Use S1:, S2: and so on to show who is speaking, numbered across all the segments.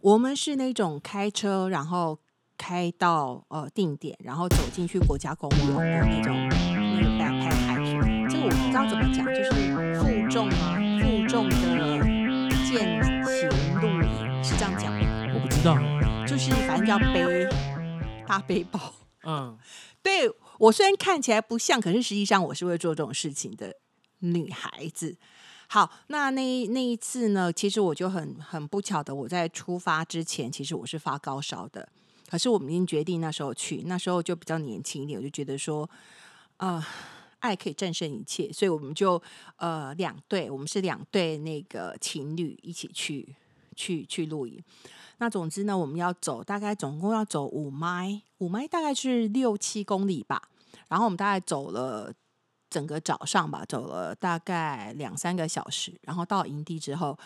S1: 我们是那种开车，然后开到呃定点，然后走进去国家公园的那种那个 backpack hiking。这个我不知道怎么讲，就是负重啊，负重的健行露营是这样讲吗？
S2: 我不知道。
S1: 就是反正要背大背包。
S2: 嗯，
S1: 对我虽然看起来不像，可是实际上我是会做这种事情的女孩子。好，那那一那一次呢，其实我就很很不巧的，我在出发之前，其实我是发高烧的。可是我们已经决定那时候去，那时候就比较年轻一点，我就觉得说，呃，爱可以战胜一切，所以我们就呃两队，我们是两队那个情侣一起去去去露营。那总之呢，我们要走，大概总共要走五迈，五迈大概是六七公里吧。然后我们大概走了整个早上吧，走了大概两三个小时。然后到营地之后，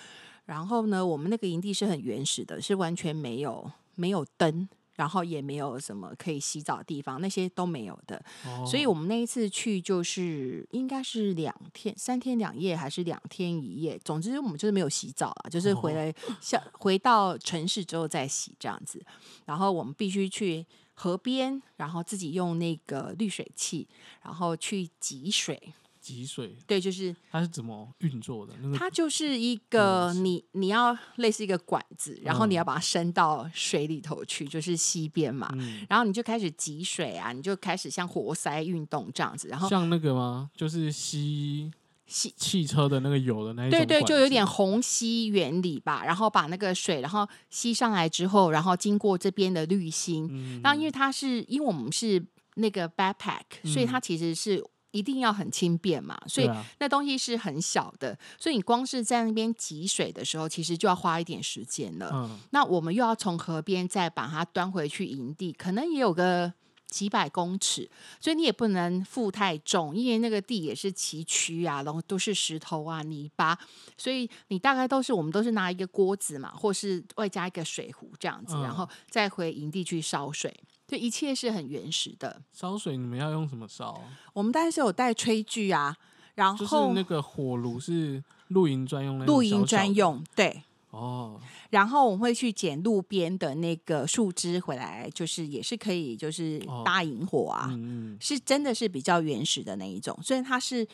S1: 然后呢，我们那个营地是很原始的，是完全没有没有灯，然后也没有什么可以洗澡的地方，那些都没有的。
S2: 哦
S1: 所以我们那一次去就是应该是两天三天两夜还是两天一夜，总之我们就是没有洗澡啊，就是回
S2: 哦
S1: 来下、回到城市之后再洗这样子。然后我们必须去河边，然后自己用那个滤水器，然后去集水。
S2: 集水
S1: 对，就是
S2: 它是怎么运作的？那个
S1: 它就是一个你你要类似一个管子，然后你
S2: 嗯
S1: 要把它伸到水里头去，就是溪边嘛。
S2: 嗯，
S1: 然后你就开始集水啊，你就开始像活塞运动这样子，然后
S2: 像那个吗？就是吸
S1: 吸
S2: 汽车的那个油的那一种
S1: 对对，
S2: 管
S1: 就有
S2: 子
S1: 点虹吸原理吧。然后把那个水，然后吸上来之后，然后经过这边的滤芯。
S2: 嗯
S1: 那因为它是因为我们是那个 backpack，、所以它其实是一定要很轻便嘛，所以
S2: 嗯对啊
S1: 那东西是很小的，所以你光是在那边挤水的时候，其实就要花一点时间了。
S2: 嗯
S1: 那我们又要从河边再把它端回去营地，可能也有个几百公尺，所以你也不能负太重，因为那个地也是崎岖啊，然后都是石头啊、泥巴，所以你大概都是我们都是拿一个锅子嘛，或是外加一个水壶这样子，
S2: 嗯
S1: 然后再回营地去烧水。这一切是很原始的。
S2: 烧水你们要用什么烧？
S1: 我们当然是有带炊具啊，然
S2: 就是
S1: 后
S2: 那个火炉是露营专用那种
S1: 露营
S2: 小小
S1: 专
S2: 的
S1: 用，对。
S2: 哦，
S1: 然后我们会去捡路边的那个树枝回来，就是也是可以，就是
S2: 哦
S1: 搭营火啊，
S2: 嗯嗯
S1: 是真的是比较原始的那一种。虽然它是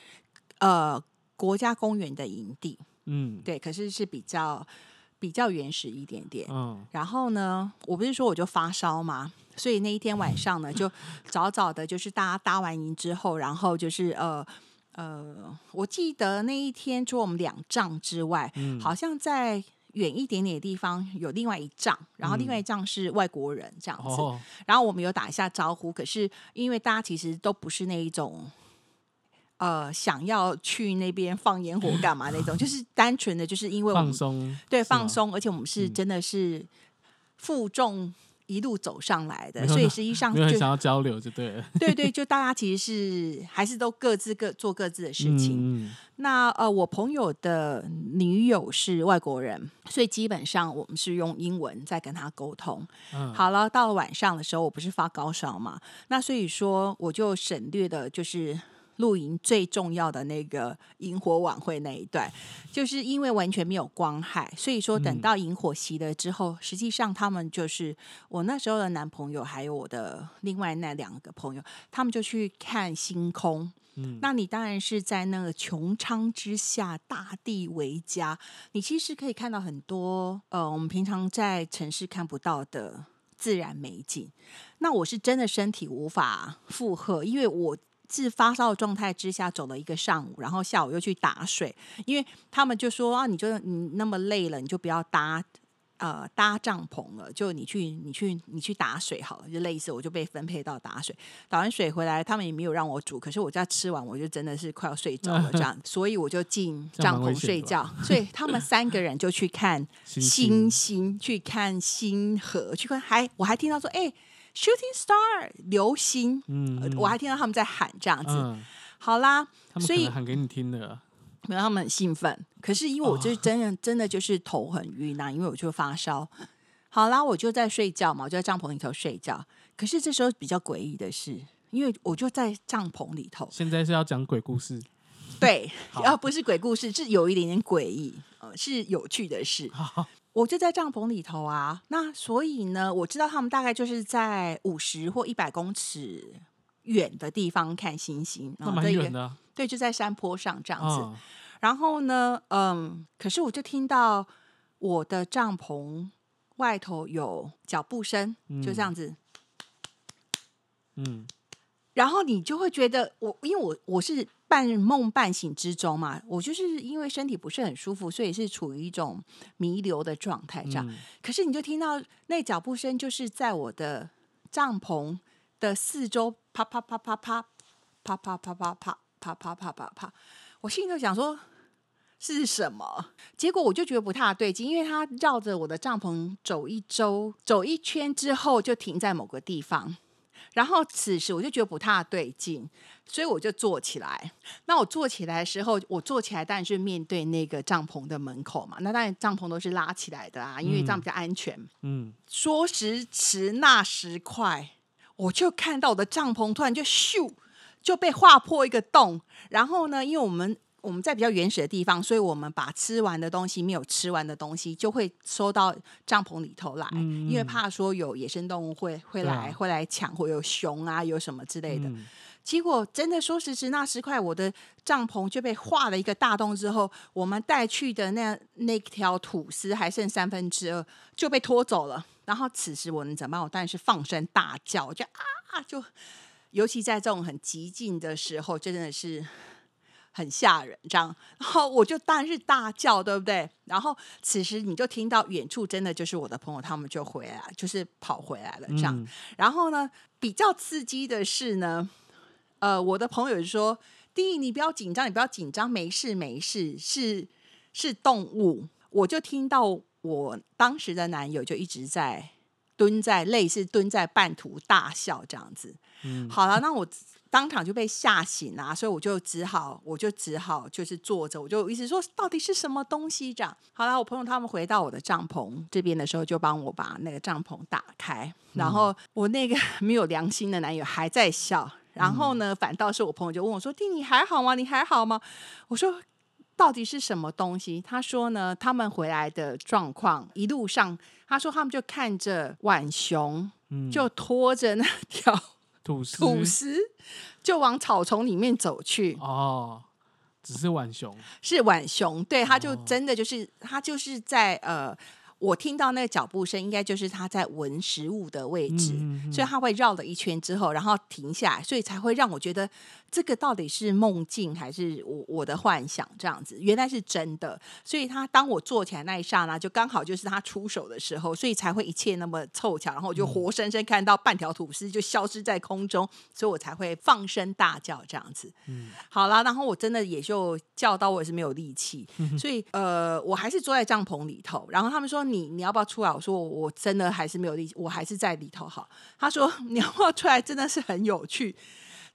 S1: 呃国家公园的营地，
S2: 嗯
S1: 对，可是是比较比较原始一点点。
S2: 嗯，
S1: 然后呢，我不是说我就发烧嘛，所以那一天晚上呢，就早早的，就是大家搭完营之后，然后就是呃呃，我记得那一天除了我们两帐之外，
S2: 嗯
S1: 好像在远一点点的地方有另外一帐，然后另外一帐是外国人这样子，
S2: 嗯哦，
S1: 然后我们有打一下招呼，可是因为大家其实都不是那一种。呃，想要去那边放烟火干嘛那种，就是单纯的，就是因为我
S2: 放
S1: 们
S2: 松
S1: 对，
S2: 是
S1: 放
S2: 吗
S1: 松，而且我们是
S2: 嗯
S1: 真的是负重一路走上来的，
S2: 没有
S1: 所以
S2: 那
S1: 实际上
S2: 没有很
S1: 就
S2: 想要交流就对了，
S1: 对对，就大家其实是还是都各自各做各自的事情。
S2: 嗯嗯
S1: 那呃，我朋友的女友是外国人，所以基本上我们是用英文在跟她沟通。
S2: 嗯
S1: 好了，到了晚上的时候，我不是发高烧嘛，那所以说我就省略的就是露营最重要的那个萤火晚会那一段，就是因为完全没有光害，所以说等到萤火熄了之后，实际上他们就是我那时候的男朋友，还有我的另外那两个朋友，他们就去看星空。
S2: 嗯
S1: 那你当然是在那个穹苍之下，大地为家，你其实可以看到很多呃，我们平常在城市看不到的自然美景。那我是真的身体无法负荷，因为我。是发烧的状态之下走了一个上午，然后下午又去打水，因为他们就说啊，你就你那么累了，你就不要搭呃搭帐篷了，就你去你去你去打水好了，就类似我就被分配到打水，打完水回来，他们也没有让我煮，可是我在吃完我就真的是快要睡着了这样，所以我就进
S2: 这样
S1: 帐
S2: 蛮危
S1: 篷
S2: 险的
S1: 睡
S2: 吧
S1: 觉，所以他们三个人就去看
S2: 星
S1: 星
S2: 星
S1: 星，去看星河，去看还我还听到说，哎、s h o o t i n g star 流星，
S2: 嗯
S1: 呃
S2: 嗯
S1: 我还听到他们在喊这样子。
S2: 嗯，
S1: 好啦，
S2: 他们
S1: 所
S2: 可
S1: 以
S2: 能喊给你听的啊，
S1: 没有他们很兴奋，可是
S2: 哦
S1: 因为我就是真的、真的就是头很晕啊，因为我就发烧。好啦，我就在睡觉嘛，我就在帐篷里头睡觉。可是这时候比较诡异的是，因为我就在帐篷里头，
S2: 现在是要讲鬼故事，
S1: 对，
S2: 好
S1: 啊，不是鬼故事，是有一点点诡异，呃，是有趣的事。 我就在帐篷里头啊。那所以呢，我知道他们大概就是在五十或一百公尺远的地方看星星，
S2: 那
S1: 然后
S2: 蛮
S1: 这
S2: 远
S1: 个
S2: 的啊
S1: 对，就在山坡上这样子。
S2: 啊，
S1: 然后呢，嗯，可是我就听到我的帐篷外头有脚步声，就这样子。
S2: 嗯，
S1: 然后你就会觉得我，因为我我是半梦半醒之中嘛，我就是因为身体不是很舒服，所以是处于一种弥留的状态这样。
S2: 嗯
S1: 可是你就听到那脚步声，就是在我的帐篷的四周啪啪啪啪啪啪啪啪啪啪啪啪啪啪啪，我心里就想说是什么？结果我就觉得不太对劲，因为它绕着我的帐篷走一周，走一圈之后就停在某个地方。然后此时我就觉得不太对劲，所以我就坐起来。那我坐起来的时候，我坐起来当然是面对那个帐篷的门口嘛。那当然帐篷都是拉起来的啊，因为这样比较安全。
S2: 嗯，
S1: 说时迟，那时快，我就看到我的帐篷突然就咻就被划破一个洞。然后呢，因为我们我们在比较原始的地方，所以我们把吃完的东西没有吃完的东西就会收到帐篷里头来，
S2: 嗯
S1: 因为怕说有野生动物会会
S2: 对啊
S1: 来、会来抢，会有熊啊，有什么之类的。
S2: 嗯
S1: 结果真的说时迟那时快，我的帐篷就被划了一个大洞之后，我们带去的那那条吐司还剩三分之二就被拖走了。然后此时我能怎么办？我当然是放声大叫，我就啊就，尤其在这种很激进的时候，真的是很吓人这样。然后我就当然是大叫，对不对？然后此时你就听到远处真的就是我的朋友他们就回来，就是跑回来了这样。
S2: 嗯
S1: 然后呢，比较刺激的是呢，呃，我的朋友就说：“第一，你不要紧张，你不要紧张，没事没事，是是动物。”我就听到我当时的男友就一直在蹲在类似蹲在半途大笑这样子。
S2: 嗯
S1: 好了，那我当场就被吓醒啦、所以我就只好我就只好就是坐着，我就一直说到底是什么东西这样。好了，我朋友他们回到我的帐篷这边的时候，就帮我把那个帐篷打开，然后我那个 没有良心的男友还在笑。然后呢，反倒是我朋友就问我说：“弟，你还好吗？你还好吗？”我说：“到底是什么东西？他说呢，他们回来的状况一路上，他说他们就看着浣熊，
S2: 嗯
S1: 就拖着那条
S2: 吐司
S1: 土司，就往草丛里面走去。
S2: 嗯哦，只是浣熊，
S1: 是浣熊，对，他就
S2: 哦
S1: 真的就是、他就是在呃，我听到那个脚步声，应该就是他在闻食物的位置。
S2: 嗯嗯
S1: 所以他会绕了一圈之后，然后停下来，所以才会让我觉得这个到底是梦境还是我我的幻想这样子，原来是真的。所以他当我坐起来那一刹那，就刚好就是他出手的时候，所以才会一切那么凑巧，然后我
S2: 嗯
S1: 就活生生看到半条吐司就消失在空中，所以我才会放声大叫这样子。
S2: 嗯
S1: 好啦，然后我真的也就叫到我也是没有力气，所以呃，我还是坐在帐篷里头。然后他们说你你要不要出来？我说我我真的还是没有力气，我还是在里头好。他说你要不要出来？真的是很有趣。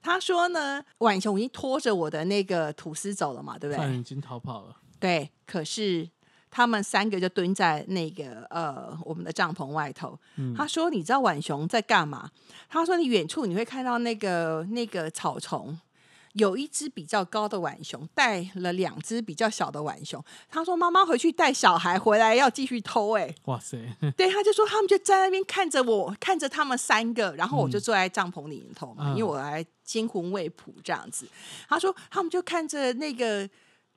S1: 他说呢，晚熊已经拖着我的那个吐司走了嘛，对不对？
S2: 犯人已经逃跑了，
S1: 对，可是他们三个就蹲在那个呃我们的帐篷外头。他说：“你知道浣熊在干嘛？”他说：“你远处你会看到那个那个草丛。”有一只比较高的浣熊带了两只比较小的浣熊，他说：“妈妈回去带小孩回来要继续偷、欸。”
S2: 哇塞，
S1: 对，他就说他们就在那边看着我，看着他们三个，然后我就坐在帐篷里头嘛，因
S2: 嗯
S1: 为我还惊魂未卜这样子。他说他们就看着那个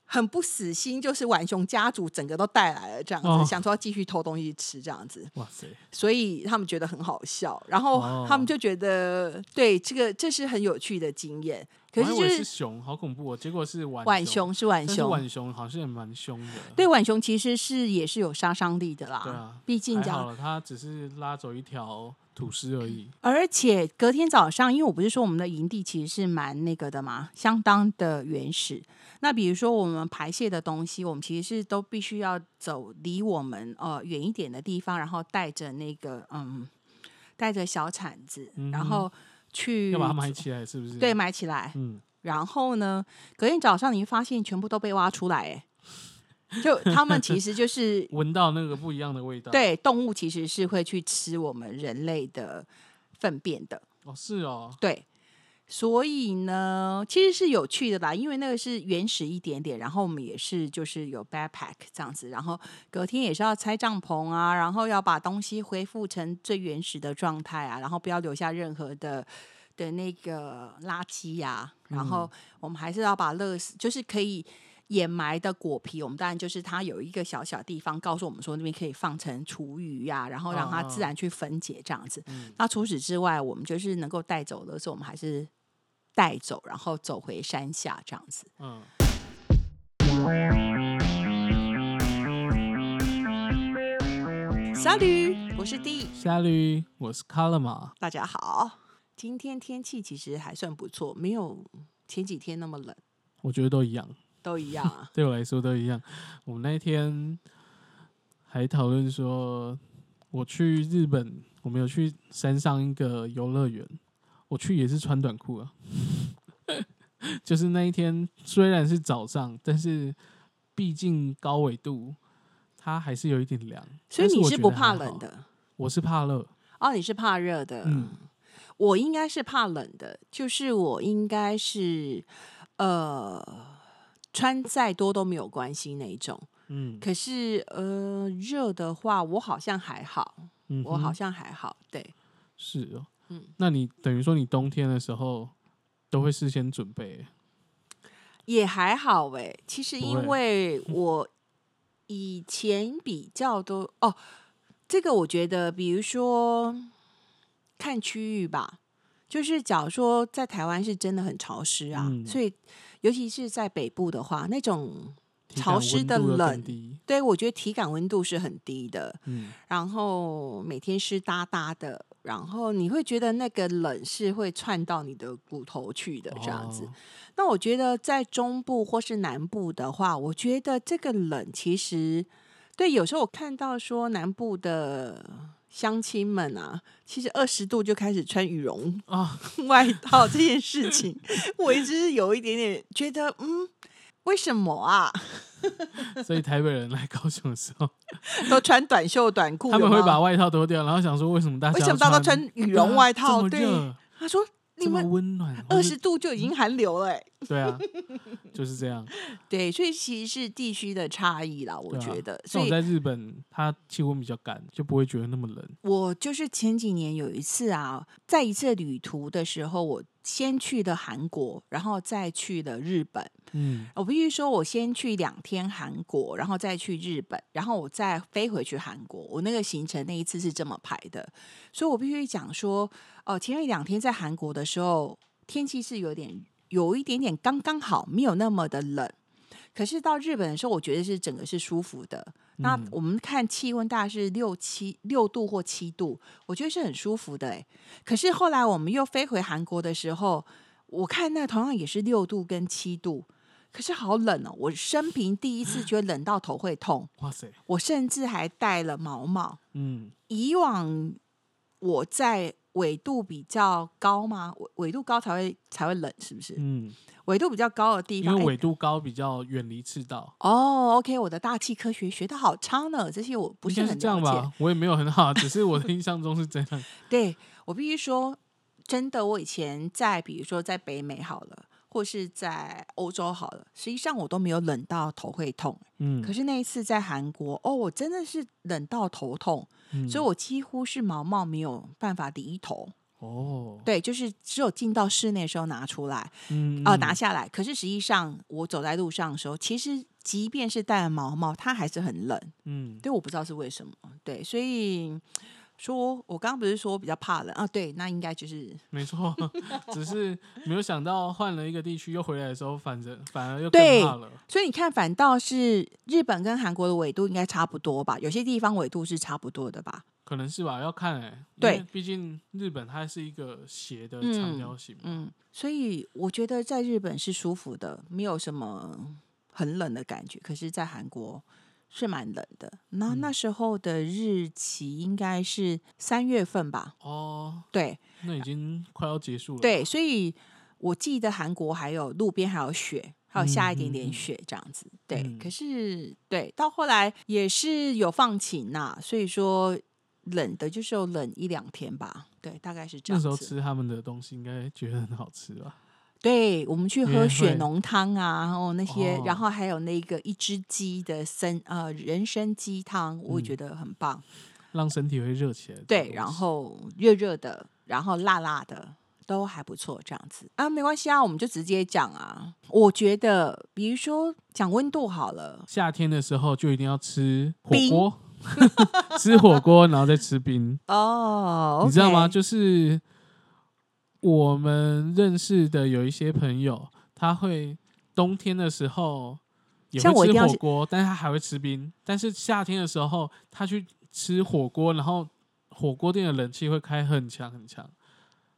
S1: 很不死心，就是浣熊家族整个都带来了这样子，
S2: 哦
S1: 想说要继续偷东西吃这样子，
S2: 哇塞，
S1: 所以他们觉得很好笑，然后
S2: 哦
S1: 他们就觉得、对这个这是很有趣的经验。可
S2: 我
S1: 是
S2: 还以
S1: 就
S2: 为是
S1: 是
S2: 熊，好恐怖哦，结果是浣
S1: 浣，熊是浣
S2: 但是
S1: 熊，
S2: 浣熊好像也蛮凶的，
S1: 对浣熊其实是也是有杀伤力的啦，
S2: 对啊
S1: 毕竟
S2: 还
S1: 讲
S2: 好了，他只是拉走一条吐司而已，
S1: 而且隔天早上，因为我不是说我们的营地其实是蛮那个的嘛，相当的原始。那比如说我们排泄的东西，我们其实是都必须要走离我们呃远一点的地方，然后带着那个嗯，带着小铲子，然
S2: 嗯哼
S1: 后去
S2: 要把它埋起来，是不是？
S1: 嗯对，埋起来。
S2: 嗯，
S1: 然后呢，隔天早上你会发现全部都被挖出来，哎， 就他们其实就是
S2: 闻到那个不一样的味道，，
S1: 对动物其实是会去吃我们人类的粪便的。
S2: 哦，是哦，
S1: 对，所以呢，其实是有趣的啦，因为那个是原始一点点，然后我们也是就是有 backpack 这样子，然后隔天也是要拆帐篷啊，然后要把东西恢复成最原始的状态啊，然后不要留下任何的的那个垃圾呀、然后我们还是要把乐死，就是可以。掩埋的果皮，我们当然就是它有一个小小地方告诉我们说那边可以放成厨余呀、然后让它自
S2: 哦
S1: 然去分解这样子。
S2: 嗯
S1: 那除此之外，我们就是能够带走的时候，我们还是带走，然后走回山下这样子。
S2: 嗯，
S1: 小吕，我是 D，
S2: 下驴，我是卡勒玛，
S1: 大家好。今天天气其实还算不错，没有前几天那么冷，
S2: 我觉得都一样，。
S1: 都一样啊
S2: 对我来说都一样。我们那一天还讨论说，我去日本，我们有去山上一个游乐园，我去也是穿短裤啊。 就是那一天虽然是早上，但是毕竟高纬度，它还是有一点凉。
S1: 所以
S2: 但
S1: 你
S2: 我
S1: 是
S2: 觉
S1: 不
S2: 得
S1: 怕
S2: 还
S1: 冷
S2: 好，
S1: 的
S2: 我是怕热。
S1: 哦，你是怕热的。
S2: 嗯，
S1: 我应该是怕冷的，就是我应该是呃穿再多都没有关系那一种。
S2: 嗯，
S1: 可是呃热的话，我好像还好，
S2: 嗯
S1: 我
S2: 哼
S1: 好像还好。对，
S2: 是哦，
S1: 嗯
S2: 那你等于说你冬天的时候都会事先准备，
S1: 也还好哎、其实
S2: 不嗯
S1: 因为我以前比较多哦，这个我觉得，比如说看区域吧，就是假如说在台湾是真的很潮湿啊，
S2: 嗯
S1: 所以尤其是在北部的话，那种
S2: 体
S1: 潮
S2: 感
S1: 湿
S2: 温
S1: 的
S2: 度又更
S1: 冷
S2: 低，
S1: 对我觉得体感温度是很低的，
S2: 嗯，
S1: 然后每天湿哒哒的。然后你会觉得那个冷是会窜到你的骨头去的，这样子。
S2: 哦
S1: 那我觉得在中部或是南部的话，我觉得这个冷其实对，有时候我看到说南部的乡亲们啊，其实二十度就开始穿羽绒
S2: 啊，
S1: 外套这件事情， 我一直是有一点点觉得，嗯，为什么啊？
S2: 所以台北人来高雄的时候，
S1: 都穿短袖短裤，
S2: 他们
S1: 有没
S2: 会
S1: 有
S2: 把外套脱掉，然后想说为什么大家
S1: 为什么大
S2: 要
S1: 家都
S2: 穿
S1: 穿羽绒外套？
S2: 对啊，
S1: 对，
S2: 这么热
S1: 他说你
S2: 这么
S1: 们
S2: 温嗯暖，
S1: 二
S2: 或是
S1: 十度就已经寒流了、欸，
S2: 对 啊，就是这样。
S1: 对，所以其实是地区的差异啦，我
S2: 对啊
S1: 觉得，所
S2: 像
S1: 以
S2: 我在日本，它气温比较干，就不会觉得那么冷。
S1: 我就是前几年有一次啊，在一次旅途的时候，我先去了韩国，然后再去了日本。
S2: 嗯，
S1: 我必须说，我先去两天韩国，然后再去日本，然后我再飞回去韩国。我那个行程那一次是这么排的，所以我必须讲说，哦、前面两天在韩国的时候，天气是有点有一点点刚刚好，没有那么的冷。可是到日本的时候，我觉得是整个是舒服的。那
S2: 嗯
S1: 我们看气温大概是六七六度或七度，我觉得是很舒服的、欸。可是后来我们又飞回韩国的时候，我看那同样也是六度跟七度，可是好冷哦！我生平第一次觉得冷到头会痛，
S2: 哇塞，
S1: 我甚至还戴了毛毛。
S2: 嗯，
S1: 以往我在纬度比较高吗？纬纬度高才会才会冷，是不是？
S2: 嗯，
S1: 纬度比较高的地
S2: 因
S1: 方，
S2: 为
S1: 哎
S2: 纬度高比较远离赤道，
S1: 哦，OK，我的大气科学学的好差呢，这些我不
S2: 应
S1: 是
S2: 该
S1: 很
S2: 是
S1: 了
S2: 这样
S1: 解。
S2: 吧？我也没有很好，只是我的印象中是这样。
S1: 对我必须说，真的，我以前在比如说在北美好了，或是在欧洲好了，实际上我都没有冷到头会痛。
S2: 嗯，
S1: 可是那一次在韩国，哦，我真的是冷到头痛，
S2: 嗯
S1: 所以我几乎是毛毛没有办法离头。
S2: 哦，
S1: 对，就是只有进到室内的时候拿出来，
S2: 嗯
S1: 啊，拿下来。可是实际上，我走在路上的时候，其实即便是戴了毛毛，它还是很冷。
S2: 嗯，
S1: 对，我不知道是为什么。对，所以说我刚刚不是说我比较怕冷啊？对，那应该就是
S2: 没错， 只是没有想到换了一个地区又回来的时候，反正反而又
S1: 对
S2: 更怕了。
S1: 所以你看，反倒是日本跟韩国的纬度应该差不多吧？有些地方纬度是差不多的吧？
S2: 可能是吧，要看哎、欸，因
S1: 对
S2: 为毕竟日本它是一个斜的
S1: 嗯
S2: 长条形嘛，
S1: 嗯，所以我觉得在日本是舒服的，没有什么很冷的感觉。可是，在韩国是蛮冷的。
S2: 嗯
S1: 那那时候的日期应该是三月份吧？
S2: 哦，
S1: 对，
S2: 那已经快要结束了，，
S1: 对，所以我记得韩国还有路边还有雪，还有下一点
S2: 嗯嗯
S1: 点
S2: 嗯
S1: 雪这样子。对，
S2: 嗯
S1: 可是对，到后来也是有放晴呐、所以说冷的，就是有冷一两天吧，对，大概是这
S2: 那时
S1: 样
S2: 候
S1: 子。
S2: 吃他们的东西，应该觉得很好吃吧？
S1: 对，我们去喝
S2: 也
S1: 血
S2: 会
S1: 浓汤啊，然后那些，
S2: 哦
S1: 然后还有那个一只鸡的参呃人参鸡汤，我也觉得嗯很棒。
S2: 让身体会热起来的东西。
S1: 对，然后热热的，然后辣辣的，都还不错，这样子啊，没关系啊，我们就直接讲啊。我觉得，比如说讲温度好了，
S2: 夏天的时候就一定要吃火
S1: 冰
S2: 锅，吃火锅，然后再吃冰，
S1: 哦，
S2: 你知道吗？
S1: OK
S2: 就是我们认识的有一些朋友，他会冬天的时候也
S1: 像我
S2: 会
S1: 一定要
S2: 吃火锅，但是他还会吃冰。但是夏天的时候，他去吃火锅，然后火锅店的冷气会开很强很强，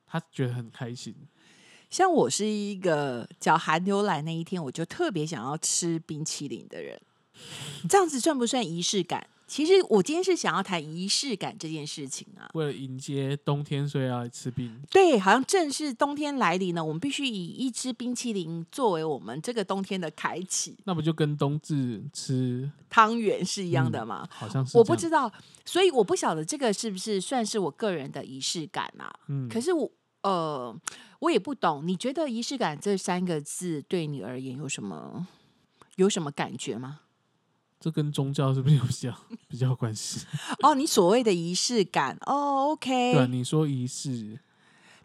S2: 他觉得很开心。
S1: 像我是一个脚寒流来那一天，我就特别想要吃冰淇淋的人，这样子算不算仪式感？其实我今天是想要谈仪式感这件事情啊。
S2: 为了迎接冬天，所以要来吃冰。
S1: 对，好像正是冬天来临呢，我们必须以一支冰淇淋作为我们这个冬天的开启，
S2: 那不就跟冬至吃
S1: 汤圆是一样的吗？
S2: 好像嗯是
S1: 我不
S2: 这
S1: 知
S2: 样
S1: 道，所以我不晓得这个是不是算是我个人的仪式感啊？
S2: 嗯
S1: 可是我呃，我也不懂，你觉得仪式感这三个字对你而言有什么有什么感觉吗？
S2: 这跟宗教是不是有比较 比较有 关系？
S1: 哦，你所谓的仪式感，哦，OK，
S2: 对啊，你说仪式，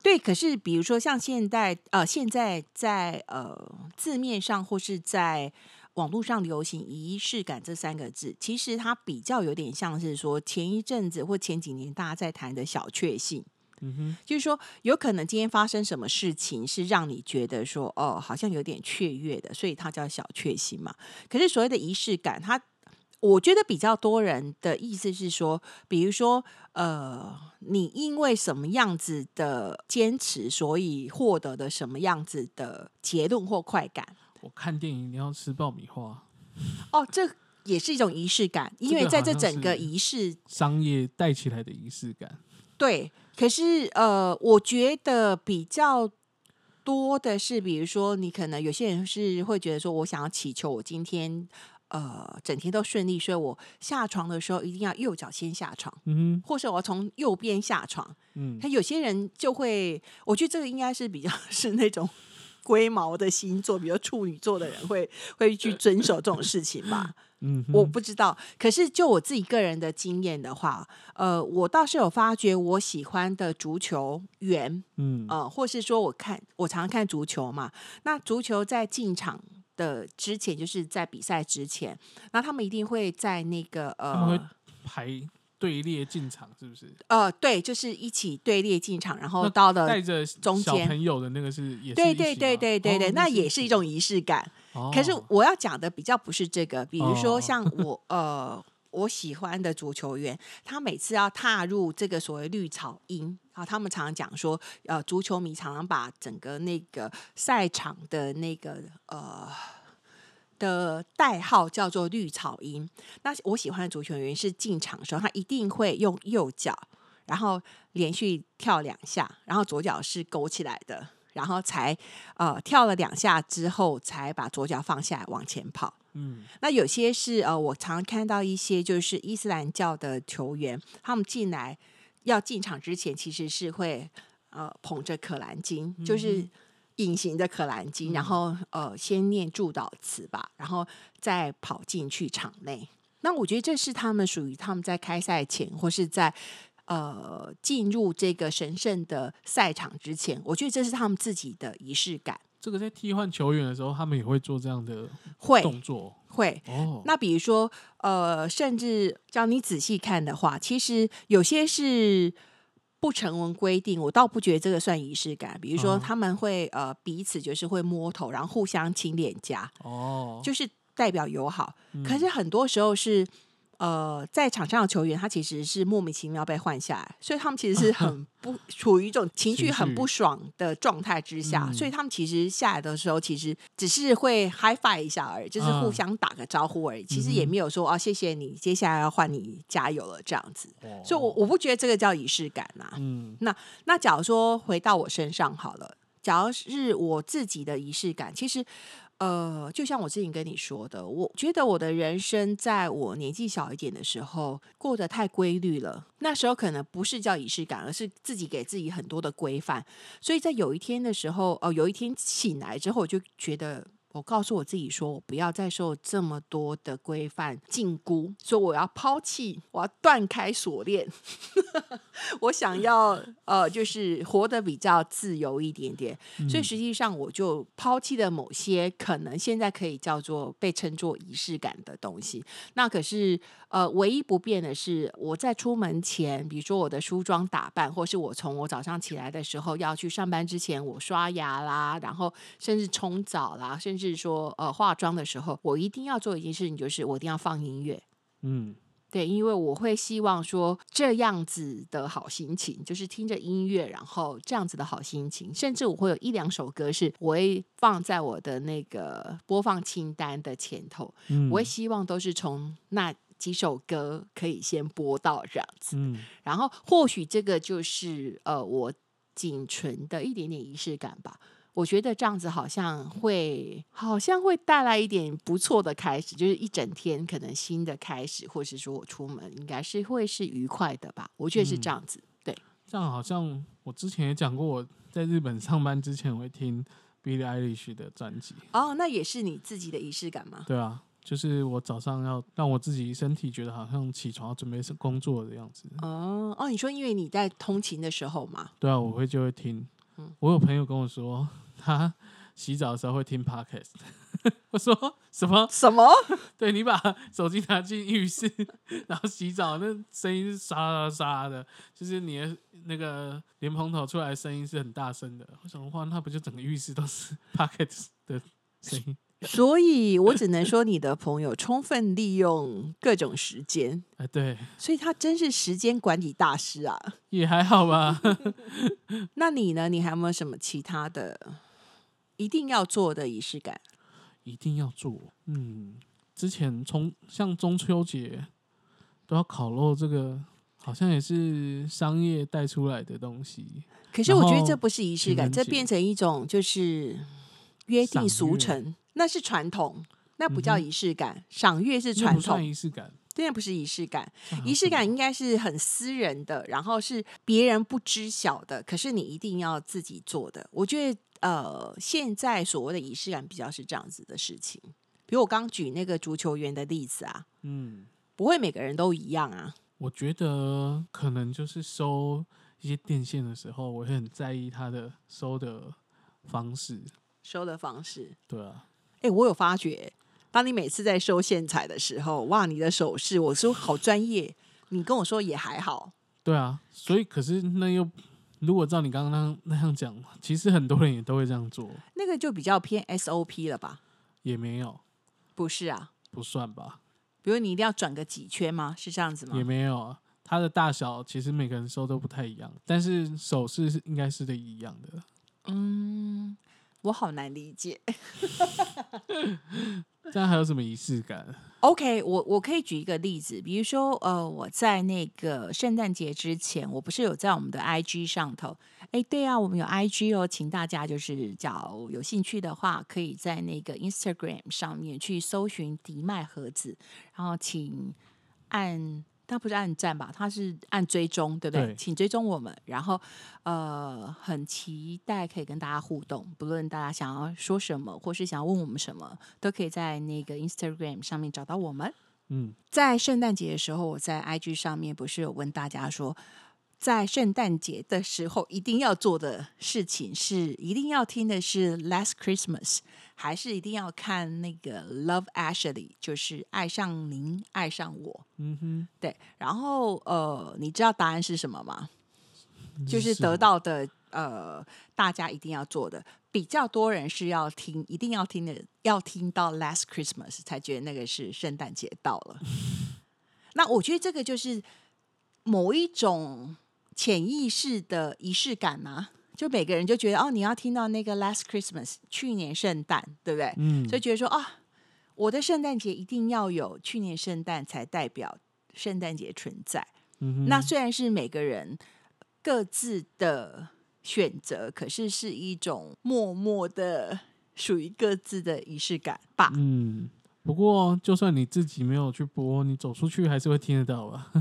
S1: 对，可是比如说像现代呃，现在在呃字面上或是在网络上流行“仪式感”这三个字，其实它比较有点像是说前一阵子或前几年大家在谈的小确幸。
S2: 嗯
S1: 就是说，有可能今天发生什么事情是让你觉得说，哦，好像有点雀跃的，所以它叫小确幸嘛。可是所谓的仪式感，它我觉得比较多人的意思是说，比如说，呃，你因为什么样子的坚持，所以获得的什么样子的结论或快感。
S2: 哼，我看电影一定要吃爆米花，
S1: 哦，这也是一种仪式感，因为
S2: 这个
S1: 在
S2: 好
S1: 这
S2: 像
S1: 整个
S2: 是
S1: 仪式
S2: 商业带起来的仪式感，
S1: 对，可是呃，我觉得比较多的是，比如说你可能有些人是会觉得说，我想要祈求我今天呃整天都顺利，所以我下床的时候一定要右脚先下床，
S2: 嗯
S1: 或是我要从右边下床。
S2: 哼，嗯，
S1: 他有些人就会，我觉得这个应该是比较 是那种。龟毛的星座，比如处女座的人会会去遵守这种事情吧？
S2: 嗯哼，
S1: 我不知道，可是就我自己个人的经验的话，呃，我倒是有发觉我喜欢的足球员，
S2: 嗯
S1: 呃，或是说我看我常看足球嘛，那足球在进场的之前，就是在比赛之前，那他们一定会在那个
S2: 他们
S1: 呃
S2: 会排队列进场，是不是？
S1: 呃，对，就是一起队列进场，然后
S2: 那
S1: 到了
S2: 带。着
S1: 呃中
S2: 小
S1: 间
S2: 朋友的那个是也是
S1: 对
S2: 一
S1: 对
S2: 起
S1: 对
S2: 吗
S1: 对对对，
S2: 哦
S1: 那
S2: 是
S1: 也是一
S2: 起
S1: 种仪式感。
S2: 哦
S1: 可是我要讲的比较不是这个，比如说
S2: 哦
S1: 像我呃我喜欢的足球员，他每次要踏入这个所谓绿草茵啊，他们常常讲说，呃，足球迷常常把整个那个赛场的那个呃。的代号叫做绿草茵。那我喜欢的足球员是进场的时候，他一定会用右脚，然后连续跳两下，然后左脚是勾起来的，然后才呃跳了两下之后，才把左脚放下来往前跑。
S2: 嗯
S1: 那有些是呃，我常看到一些就是伊斯兰教的球员，他们进来要进场之前，其实是会呃捧着可兰经，就是隐形的可兰经，然后呃先念祝祷词吧，然后再跑进去场内。那我觉得这是他们属于他们在开赛前或是在。呃，进入这个神圣的赛场之前，我觉得这是他们自己的仪式感，
S2: 这个在替换球员的时候，他们也会做这样的
S1: 会
S2: 动作
S1: 会。
S2: 哦。
S1: 那比如说，呃，甚至叫你仔细看的话，其实有些是不成文规定，我倒不觉得这个算仪式感。比如说，
S2: 哦
S1: 他们会呃彼此就是会摸头，然后互相亲脸颊，
S2: 哦，
S1: 就是代表友好。可
S2: 嗯
S1: 是很多时候是。呃，在场上的球员，他其实是莫名其妙被换下来，所以他们其实是 很不处于一种情绪
S2: 情
S1: 很不
S2: 绪嗯
S1: 爽的状态之下，所以他们其实下来的时候，其实只是会 high five 一下而已，就是互
S2: 嗯
S1: 相打个招呼而已，其实也
S2: 嗯哼
S1: 没有说啊，谢谢你，接下来要换你加油了这样子。
S2: 哦
S1: 所以我我不觉得这个叫仪式感啊呐、
S2: 嗯
S1: 那假如说回到我身上好了，假如是我自己的仪式感，其实呃，就像我之前跟你说的，我觉得我的人生在我年纪小一点的时候过得太规律了。那时候可能不是叫仪式感，而是自己给自己很多的规范。所以在有一天的时候，哦、有一天醒来之后，我就觉得。我告诉我自己说，我不要再受这么多的规范禁锢，所以我要抛弃，我要断开锁链，我想要呃，就是活得比较自由一点点。
S2: 嗯
S1: 所以实际上我就抛弃了某些可能现在可以叫做被称作仪式感的东西。那可是呃，唯一不变的是，我在出门前，比如说我的梳妆打扮，或是我从我早上起来的时候要去上班之前，我刷牙啦，然后甚至冲澡啦，甚至说呃化妆的时候，我一定要做一件事情，就是我一定要放音乐。
S2: 嗯，
S1: 对，因为我会希望说这样子的好心情，就是听着音乐，然后这样子的好心情，甚至我会有一两首歌是我会放在我的那个播放清单的前头，
S2: 嗯
S1: 我会希望都是从那几首歌可以先播到这样子。
S2: 嗯
S1: 然后或许这个就是呃我仅存的一点点仪式感吧。我觉得这样子好像会，好像会带来一点不错的开始，就是一整天可能新的开始，或是说我出门应该是会是愉快的吧。我觉得是这样子，对，
S2: 这样好像我之前也讲过，我在日本上班之前我会听 Billie Eilish 的专辑，
S1: 哦，那也是你自己的仪式感吗？
S2: 对啊，就是我早上要让我自己身体觉得好像起床要准备是工作的样子，
S1: 哦哦，你说因为你在通勤的时候嘛，
S2: 对啊，我会就会听。我有朋友跟我说，他洗澡的时候会听 podcast。我 说什么？
S1: 什么？
S2: 对你把手机拿进浴室，然后洗澡，那声音是沙沙沙的，就是你的那个莲蓬头出来的声音是很大声的。我想的话，那不就整个浴室都是 podcast 的声音？
S1: 所以我只能说你的朋友充分利用各种时间，
S2: 哎，对，
S1: 所以他真是时间管理大师啊。
S2: 也还好吧。
S1: 那你呢？你还有没有什么其他的一定要做的仪式感？
S2: 一定要做。嗯，之前从像中秋节都要烤肉，这个好像也是商业带出来的东西。
S1: 可是
S2: 然
S1: 我觉得
S2: 后
S1: 这不是仪式
S2: 情
S1: 感，
S2: 人
S1: 这
S2: 节
S1: 变成一种就是约
S2: 赏
S1: 定俗
S2: 月
S1: 成，那是传统，那不叫
S2: 嗯哼
S1: 仪式感。赏月是
S2: 这
S1: 传
S2: 不算
S1: 统，
S2: 仪式感，
S1: 真的不是仪式感。
S2: 这好像
S1: 仪式感
S2: 什么
S1: 应该是很私人的，然后是别人不知晓的，可是你一定要自己做的。我觉得，呃，现在所谓的仪式感比较是这样子的事情，比如我刚举那个足球员的例子啊，
S2: 嗯，
S1: 不会每个人都一样啊。
S2: 我觉得可能就是收一些电线的时候，我会很在意它的收的方式。
S1: 收的方式，
S2: 对啊，
S1: 哎、我有发觉，当你每次在收线材的时候，哇，你的手势，我说好专业，你跟我说也还好，
S2: 对啊，所以可是那又如果照你刚刚那样讲，其实很多人也都会这样做，
S1: 那个就比较偏 SOP 了吧？
S2: 也没有
S1: 不是啊，
S2: 不算吧。
S1: 比如你一定要转个几圈吗？是这样子
S2: 也
S1: 吗？
S2: 没有啊，它的大小其实每个人收都不太一样，但是手势是应该是得一样的。
S1: 嗯，我好难理解。
S2: 这样还有什么仪式感？
S1: OK，我我可以举一个例子，比如说，呃，我在那个圣诞节之前，我不是有在我们的 IG 上头，哎，对啊，我们有 IG 哦，请大家就是，假如有兴趣的话，可以在那个 Instagram 上面去搜寻迪麦盒子，然后请按，它不是按赞吧，它是按追踪，对不对？
S2: 对
S1: 请追踪我们，然后呃，很期待可以跟大家互动，不论大家想要说什么，或是想要问我们什么，都可以在那个 Instagram 上面找到我们。
S2: 嗯，
S1: 在圣诞节的时候，我在 IG 上面不是有问大家说，在圣诞节的时候一定要做的事情是，一定要听的是《Last Christmas》，还是一定要看那个《Love Actually》，就是《爱上您，爱上我》。
S2: 嗯
S1: 对，然后呃，你知道答案是什么吗？
S2: 哼，
S1: 就是
S2: 什么
S1: 得到的呃，大家一定要做的。比较多人是要听，一定要听的，要听到 Last Christmas 才觉得那个是圣诞节到了。那我觉得这个就是某一种潜意识的仪式感啊，就每个人就觉得哦，你要听到那个 Last Christmas，去年圣诞，对不对？
S2: 嗯，
S1: 所以觉得说啊，我的圣诞节一定要有去年圣诞才代表圣诞节存在。
S2: 嗯哼
S1: 那虽然是每个人各自的选择，可是是一种默默的属于各自的仪式感吧。
S2: 嗯，不过就算你自己没有去播，你走出去还是会听得到吧？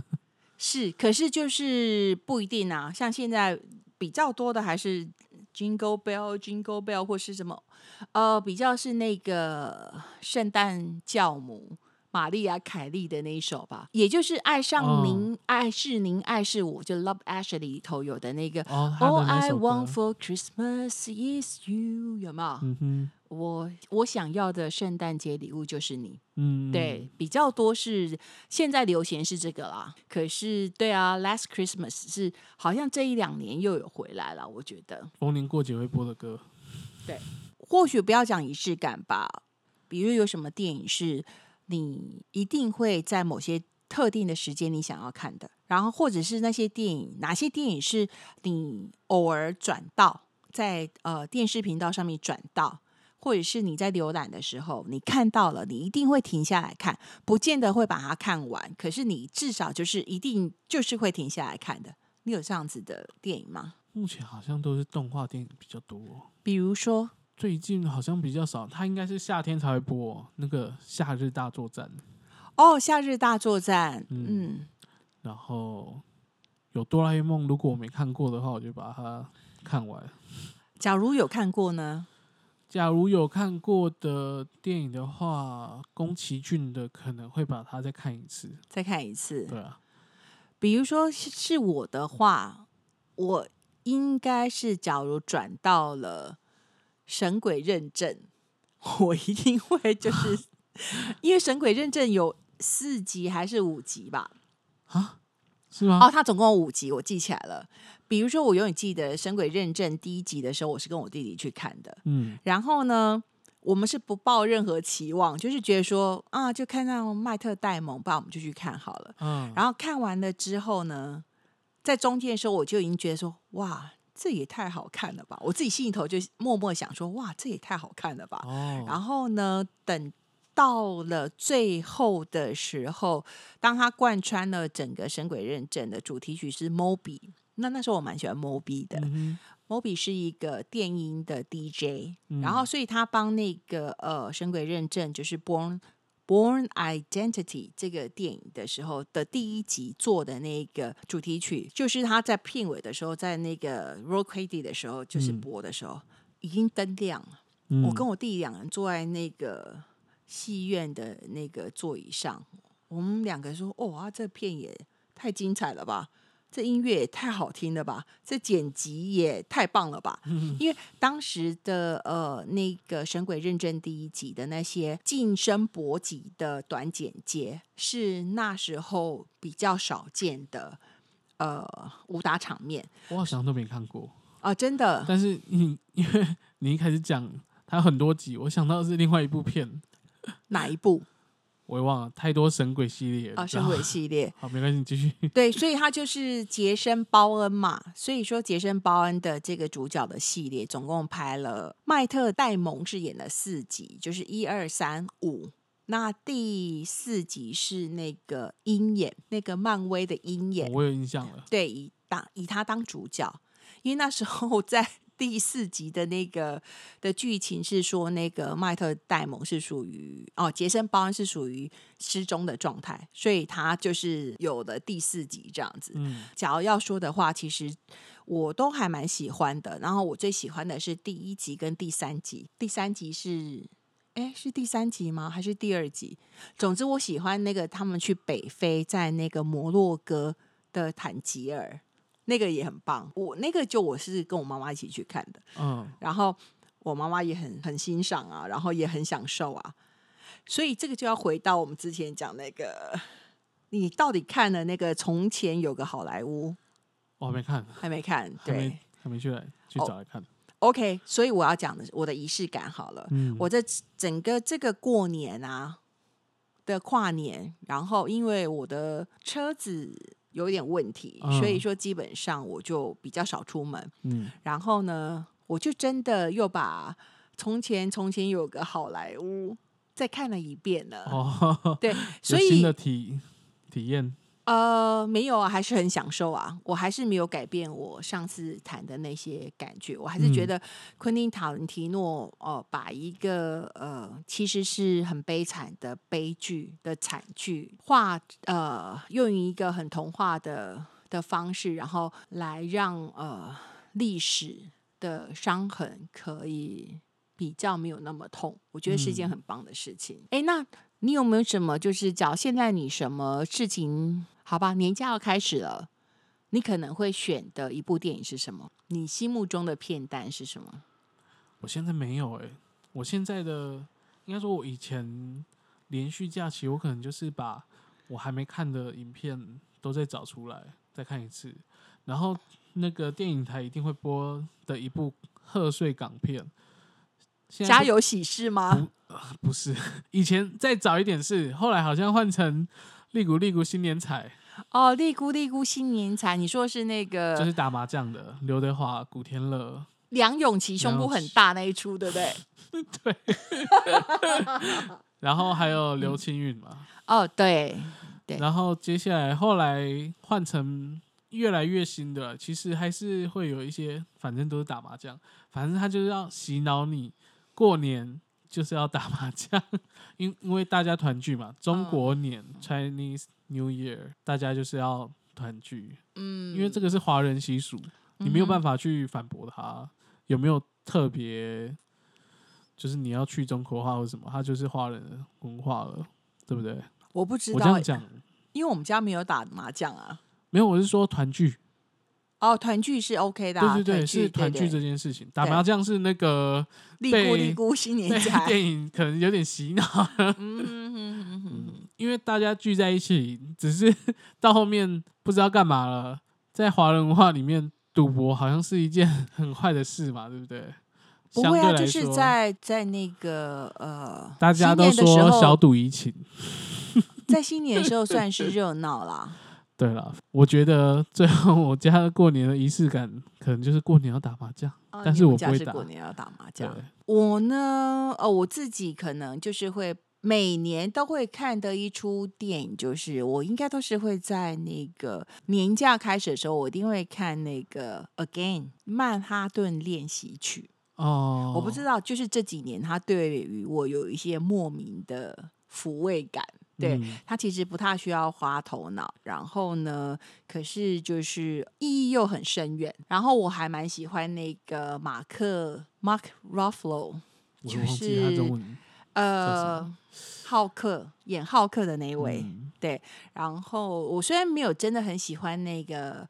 S1: 是，可是就是不一定啊。像现在比较多的还是 Jingle Bell、Jingle Bell 或是什么，呃，比较是那个圣诞教母玛丽亚·凯莉的那一首吧，也就是《爱
S2: 哦
S1: 上您、爱是您、爱是我》就《Love Actually》里头有的那个。
S2: 哦，他的
S1: All
S2: 那
S1: Oh, I
S2: 首
S1: want
S2: 歌，
S1: for Christmas is you，有没有？
S2: 嗯哼，
S1: 我我想要的圣诞节礼物就是你。
S2: 嗯，
S1: 对，比较多是现在流行是这个啦。可是，对啊，Last Christmas 是好像这一两年又有回来了，我觉得。
S2: 逢年过节会播的歌，
S1: 或许不要讲仪式感吧，比如有什么电影是你一定会在某些特定的时间你想要看的，然后或者是那些电影，哪些电影是你偶尔转到在呃电视频道上面转到。或者是你在浏览的时候，你看到了，你一定会停下来看，不见得会把它看完，可是你至少就是一定就是会停下来看的。你有这样子的电影吗？
S2: 目前好像都是动画电影比较多、
S1: 比如说，
S2: 最近好像比较少，它应该是夏天才会播哦、那个《夏日大作战》，
S1: 哦，《夏日大作战》
S2: 嗯
S1: 嗯
S2: 然后有《哆啦 A 梦》，如果我没看过的话，我就把它看完。
S1: 假如有看过呢？
S2: 假如有看过的电影的话，宫崎骏的可能会把它再看一次。
S1: 再看一次。
S2: 对啊，
S1: 比如说是是我的话，我应该是假如转到了神鬼认证，我一定会就是因为神鬼认证有四集还是五集吧？
S2: 是吗？
S1: 哦，它总共有五集，我记起来了。比如说，我永远记得《神鬼认证》第一集的时候，我是跟我弟弟去看的。
S2: 嗯，
S1: 然后呢，我们是不抱任何期望，就是觉得说啊，就看到麦特戴蒙吧，我们就去看好了。
S2: 嗯，
S1: 然后看完了之后呢，在中间的时候，我就已经觉得说，哇，这也太好看了吧！我自己心里头就默默想说，哇，这也太好看了吧！
S2: 哦，
S1: 然后呢，等到了最后的时候，当他贯穿了整个《神鬼认证》的主题曲是 Moby，那那时候我蛮喜欢 Moby 的。
S2: 嗯
S1: Moby 是一个电音的 DJ，、
S2: 哼
S1: 然后所以他帮那个呃《神鬼认证》就是《Born Born Identity》这个电影的时候的第一集做的那个主题曲，就是他在片尾的时候，在那个 Roll Credit 的时候，就是
S2: 嗯
S1: 播的时候、已经灯亮了。
S2: 嗯
S1: 我跟我弟弟两人坐在那个戏院的那个座椅上，我们两个说：“哦啊，这片也太精彩了吧！这音乐也太好听了吧！这剪辑也太棒了吧！”因为当时的呃那个《神鬼认证》第一集的那些近身搏击的短剪接，是那时候比较少见的呃武打场面
S2: 我好像都没看过，
S1: 啊、真的。
S2: 但是你因为你一开始讲它很多集，我想到的是另外一部片，
S1: 哪一部
S2: 我也忘了，太多神鬼系列了
S1: 啊？神
S2: 然后
S1: 鬼系列。
S2: 好，没关系，你 继续。
S1: 对，所以他就是杰森·鲍恩嘛。所以说，杰森·鲍恩的这个主角的系列，总共拍了麦特·戴蒙是演了四集，就是一二三五。那第四集是那个鹰眼，那个漫威的鹰眼，
S2: 我有印象了，
S1: 对，以当以他当主角，因为那时候在 第四集的那个的剧情是说，那个麦特戴蒙是属于哦，杰森鲍恩是属于失踪的状态，所以他就是有了第四集这样子。
S2: 嗯
S1: 假如要说的话，其实我都还蛮喜欢的。然后我最喜欢的是第一集跟第三集，第三集是。哎，是第三集吗？还是第二集？总之，我喜欢那个他们去北非，在那个摩洛哥的坦吉尔，那个也很棒。我那个就我是跟我妈妈一起去看的，
S2: 嗯，
S1: 然后我妈妈也很很欣赏啊，然后也很享受啊。所以这个就要回到我们之前讲那个，你到底看了那个《从前有个好莱坞》
S2: 我还没看，
S1: 还没看？
S2: 还
S1: 对
S2: 没还没去来去
S1: 哦
S2: 找来看。
S1: ，OK。所以我要讲的是我的仪式感好了。
S2: 嗯，
S1: 我这整个这个过年啊的跨年，然后因为我的车子有点问题，
S2: 嗯
S1: 所以说基本上我就比较少出门。
S2: 嗯
S1: 然后呢，我就真的又把《从前从前有个好莱坞》再看了一遍了。
S2: 哦，
S1: 呃对，所
S2: 有新
S1: 以
S2: 的体体验，
S1: 呃，没有啊，还是很享受啊，我还是没有改变我上次谈的那些感觉，我还是觉
S2: 嗯
S1: 得昆汀·塔伦提诺呃，把一个呃其实是很悲惨的悲剧的惨剧化呃，用于一个很童话的的方式，然后来让呃历史的伤痕可以比较没有那么痛，我觉得是一件
S2: 嗯
S1: 很棒的事情。哎、那你有没有什么就是讲现在你什么事情？好吧，年假要开始了，你可能会选的一部电影是什么？你心目中的片单是什么？
S2: 我现在没有哎、我现在的应该说，我以前连续假期，我可能就是把我还没看的影片都再找出来再看一次，然后那个电影台一定会播的一部贺岁港片。现在
S1: 家有喜事
S2: 嗯
S1: 吗？
S2: 不是，以前再早一点是，后来好像换成利古利古新年彩，
S1: 哦，利姑利姑新年财，你说是那
S2: 就
S1: 个
S2: 是打麻将的，刘德华、古天乐，
S1: 梁咏琪胸
S2: 梁
S1: 部
S2: 咏
S1: 很
S2: 琪
S1: 大那一出，对不对？
S2: 然后还有刘
S1: 嗯
S2: 青云嘛，
S1: 哦，对，对
S2: 然后接下来后来换成越来越新的，其实还是会有一些，反正都是打麻将，反正他就是要洗脑你，过年就是要打麻将，因因为大家团聚嘛，中国年、Chinese
S1: 嗯
S2: New Year，大家就是要团聚，
S1: 嗯，
S2: 因为这个是华人习俗，你没有办法去反驳他有没有特别，就是你要去中国化或什么，他就是华人的文化了，对不对？
S1: 我不知
S2: 我这
S1: 道
S2: 样，讲。
S1: 因为我们家没有打麻将啊。
S2: 没有，我是说团聚，
S1: 哦，团聚是 OK 的、啊，
S2: 对对对，是团聚这
S1: 对
S2: 件事情。打
S1: 对
S2: 麻将是那个
S1: 利姑
S2: 被
S1: 利姑新年
S2: 被
S1: 财，
S2: 电影可能有点洗脑，
S1: 嗯哼哼哼哼哼
S2: 因为大家聚在一起，只是 到后面不知道干嘛了。在华人文化里面，赌博好像是一件 很坏的事嘛，对不对？
S1: 不
S2: 相
S1: 会啊，
S2: 对来
S1: 就是
S2: 说
S1: 在在那个呃，
S2: 大家
S1: 新
S2: 都
S1: 年的时
S2: 说小
S1: 候，
S2: 赌怡情。
S1: 在新年的时候算 是热闹啦。
S2: 对了，我觉得最后我家的过年的仪式感，可能就是过年要打麻将。
S1: 哦
S2: 但
S1: 你
S2: 是
S1: 们
S2: 我
S1: 家
S2: 不会
S1: 是过
S2: 打
S1: 年要打麻
S2: 对
S1: 将，，我呢，哦，我自己可能就是会每年都会看的一出电影，就是我应该都是会在那个年假开始的时候，我一定会看那个《Again》曼哈顿练习曲。
S2: 哦，
S1: 我不知道，就是这几年他对于我有一些莫名的抚慰感。对、
S2: 嗯
S1: 他其实不太需要花头脑，然后呢，可是就是意义又很深远。然后我还蛮喜欢那个马克 Mark Ruffalo，
S2: 我
S1: 就
S2: 忘记他
S1: 是
S2: 中文叫什
S1: 呃，浩克演浩克的那一位。
S2: 嗯
S1: 对，然后我虽然没有真的很喜欢那个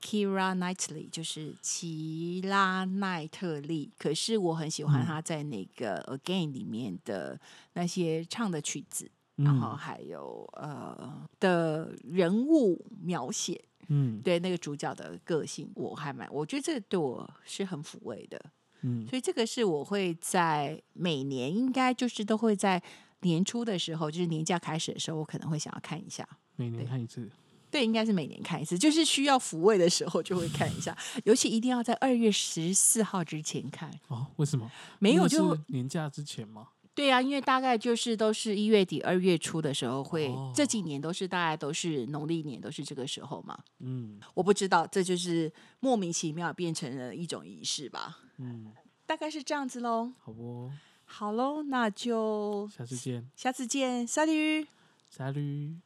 S1: Kira Knightley，就是奇拉奈特利，可是我很喜欢
S2: 嗯
S1: 她在那个 Again 里面的那些唱的曲子，然后
S2: 嗯
S1: 还有呃的人物描写，
S2: 嗯
S1: 对那个主角的个性，我还蛮，我觉得这对我是很抚慰的。
S2: 嗯，
S1: 所以这个是我会在每年应该就是都会在年初的时候，就是年假开始的时候，我可能会想要看一下。
S2: 每年
S1: 对
S2: 看一次。
S1: 对，应该是每年看一次，就是需要抚慰的时候就会看一下，尤其一定要在二月十四号之前看，
S2: 哦，为什么？
S1: 没有
S2: 那
S1: 就是
S2: 年假之前吗？
S1: 对啊，因为大概就是都是一月底、二月初的时候会，
S2: 哦
S1: 这几年都是大概都是农历年都是这个时候嘛，
S2: 嗯
S1: 我不知道，这就是莫名其妙变成了一种仪式吧，
S2: 嗯，
S1: 大概是这样子喽。
S2: 好哦，
S1: 好喽，那就
S2: 下次见，
S1: 下次见，s a l u
S2: 再绿。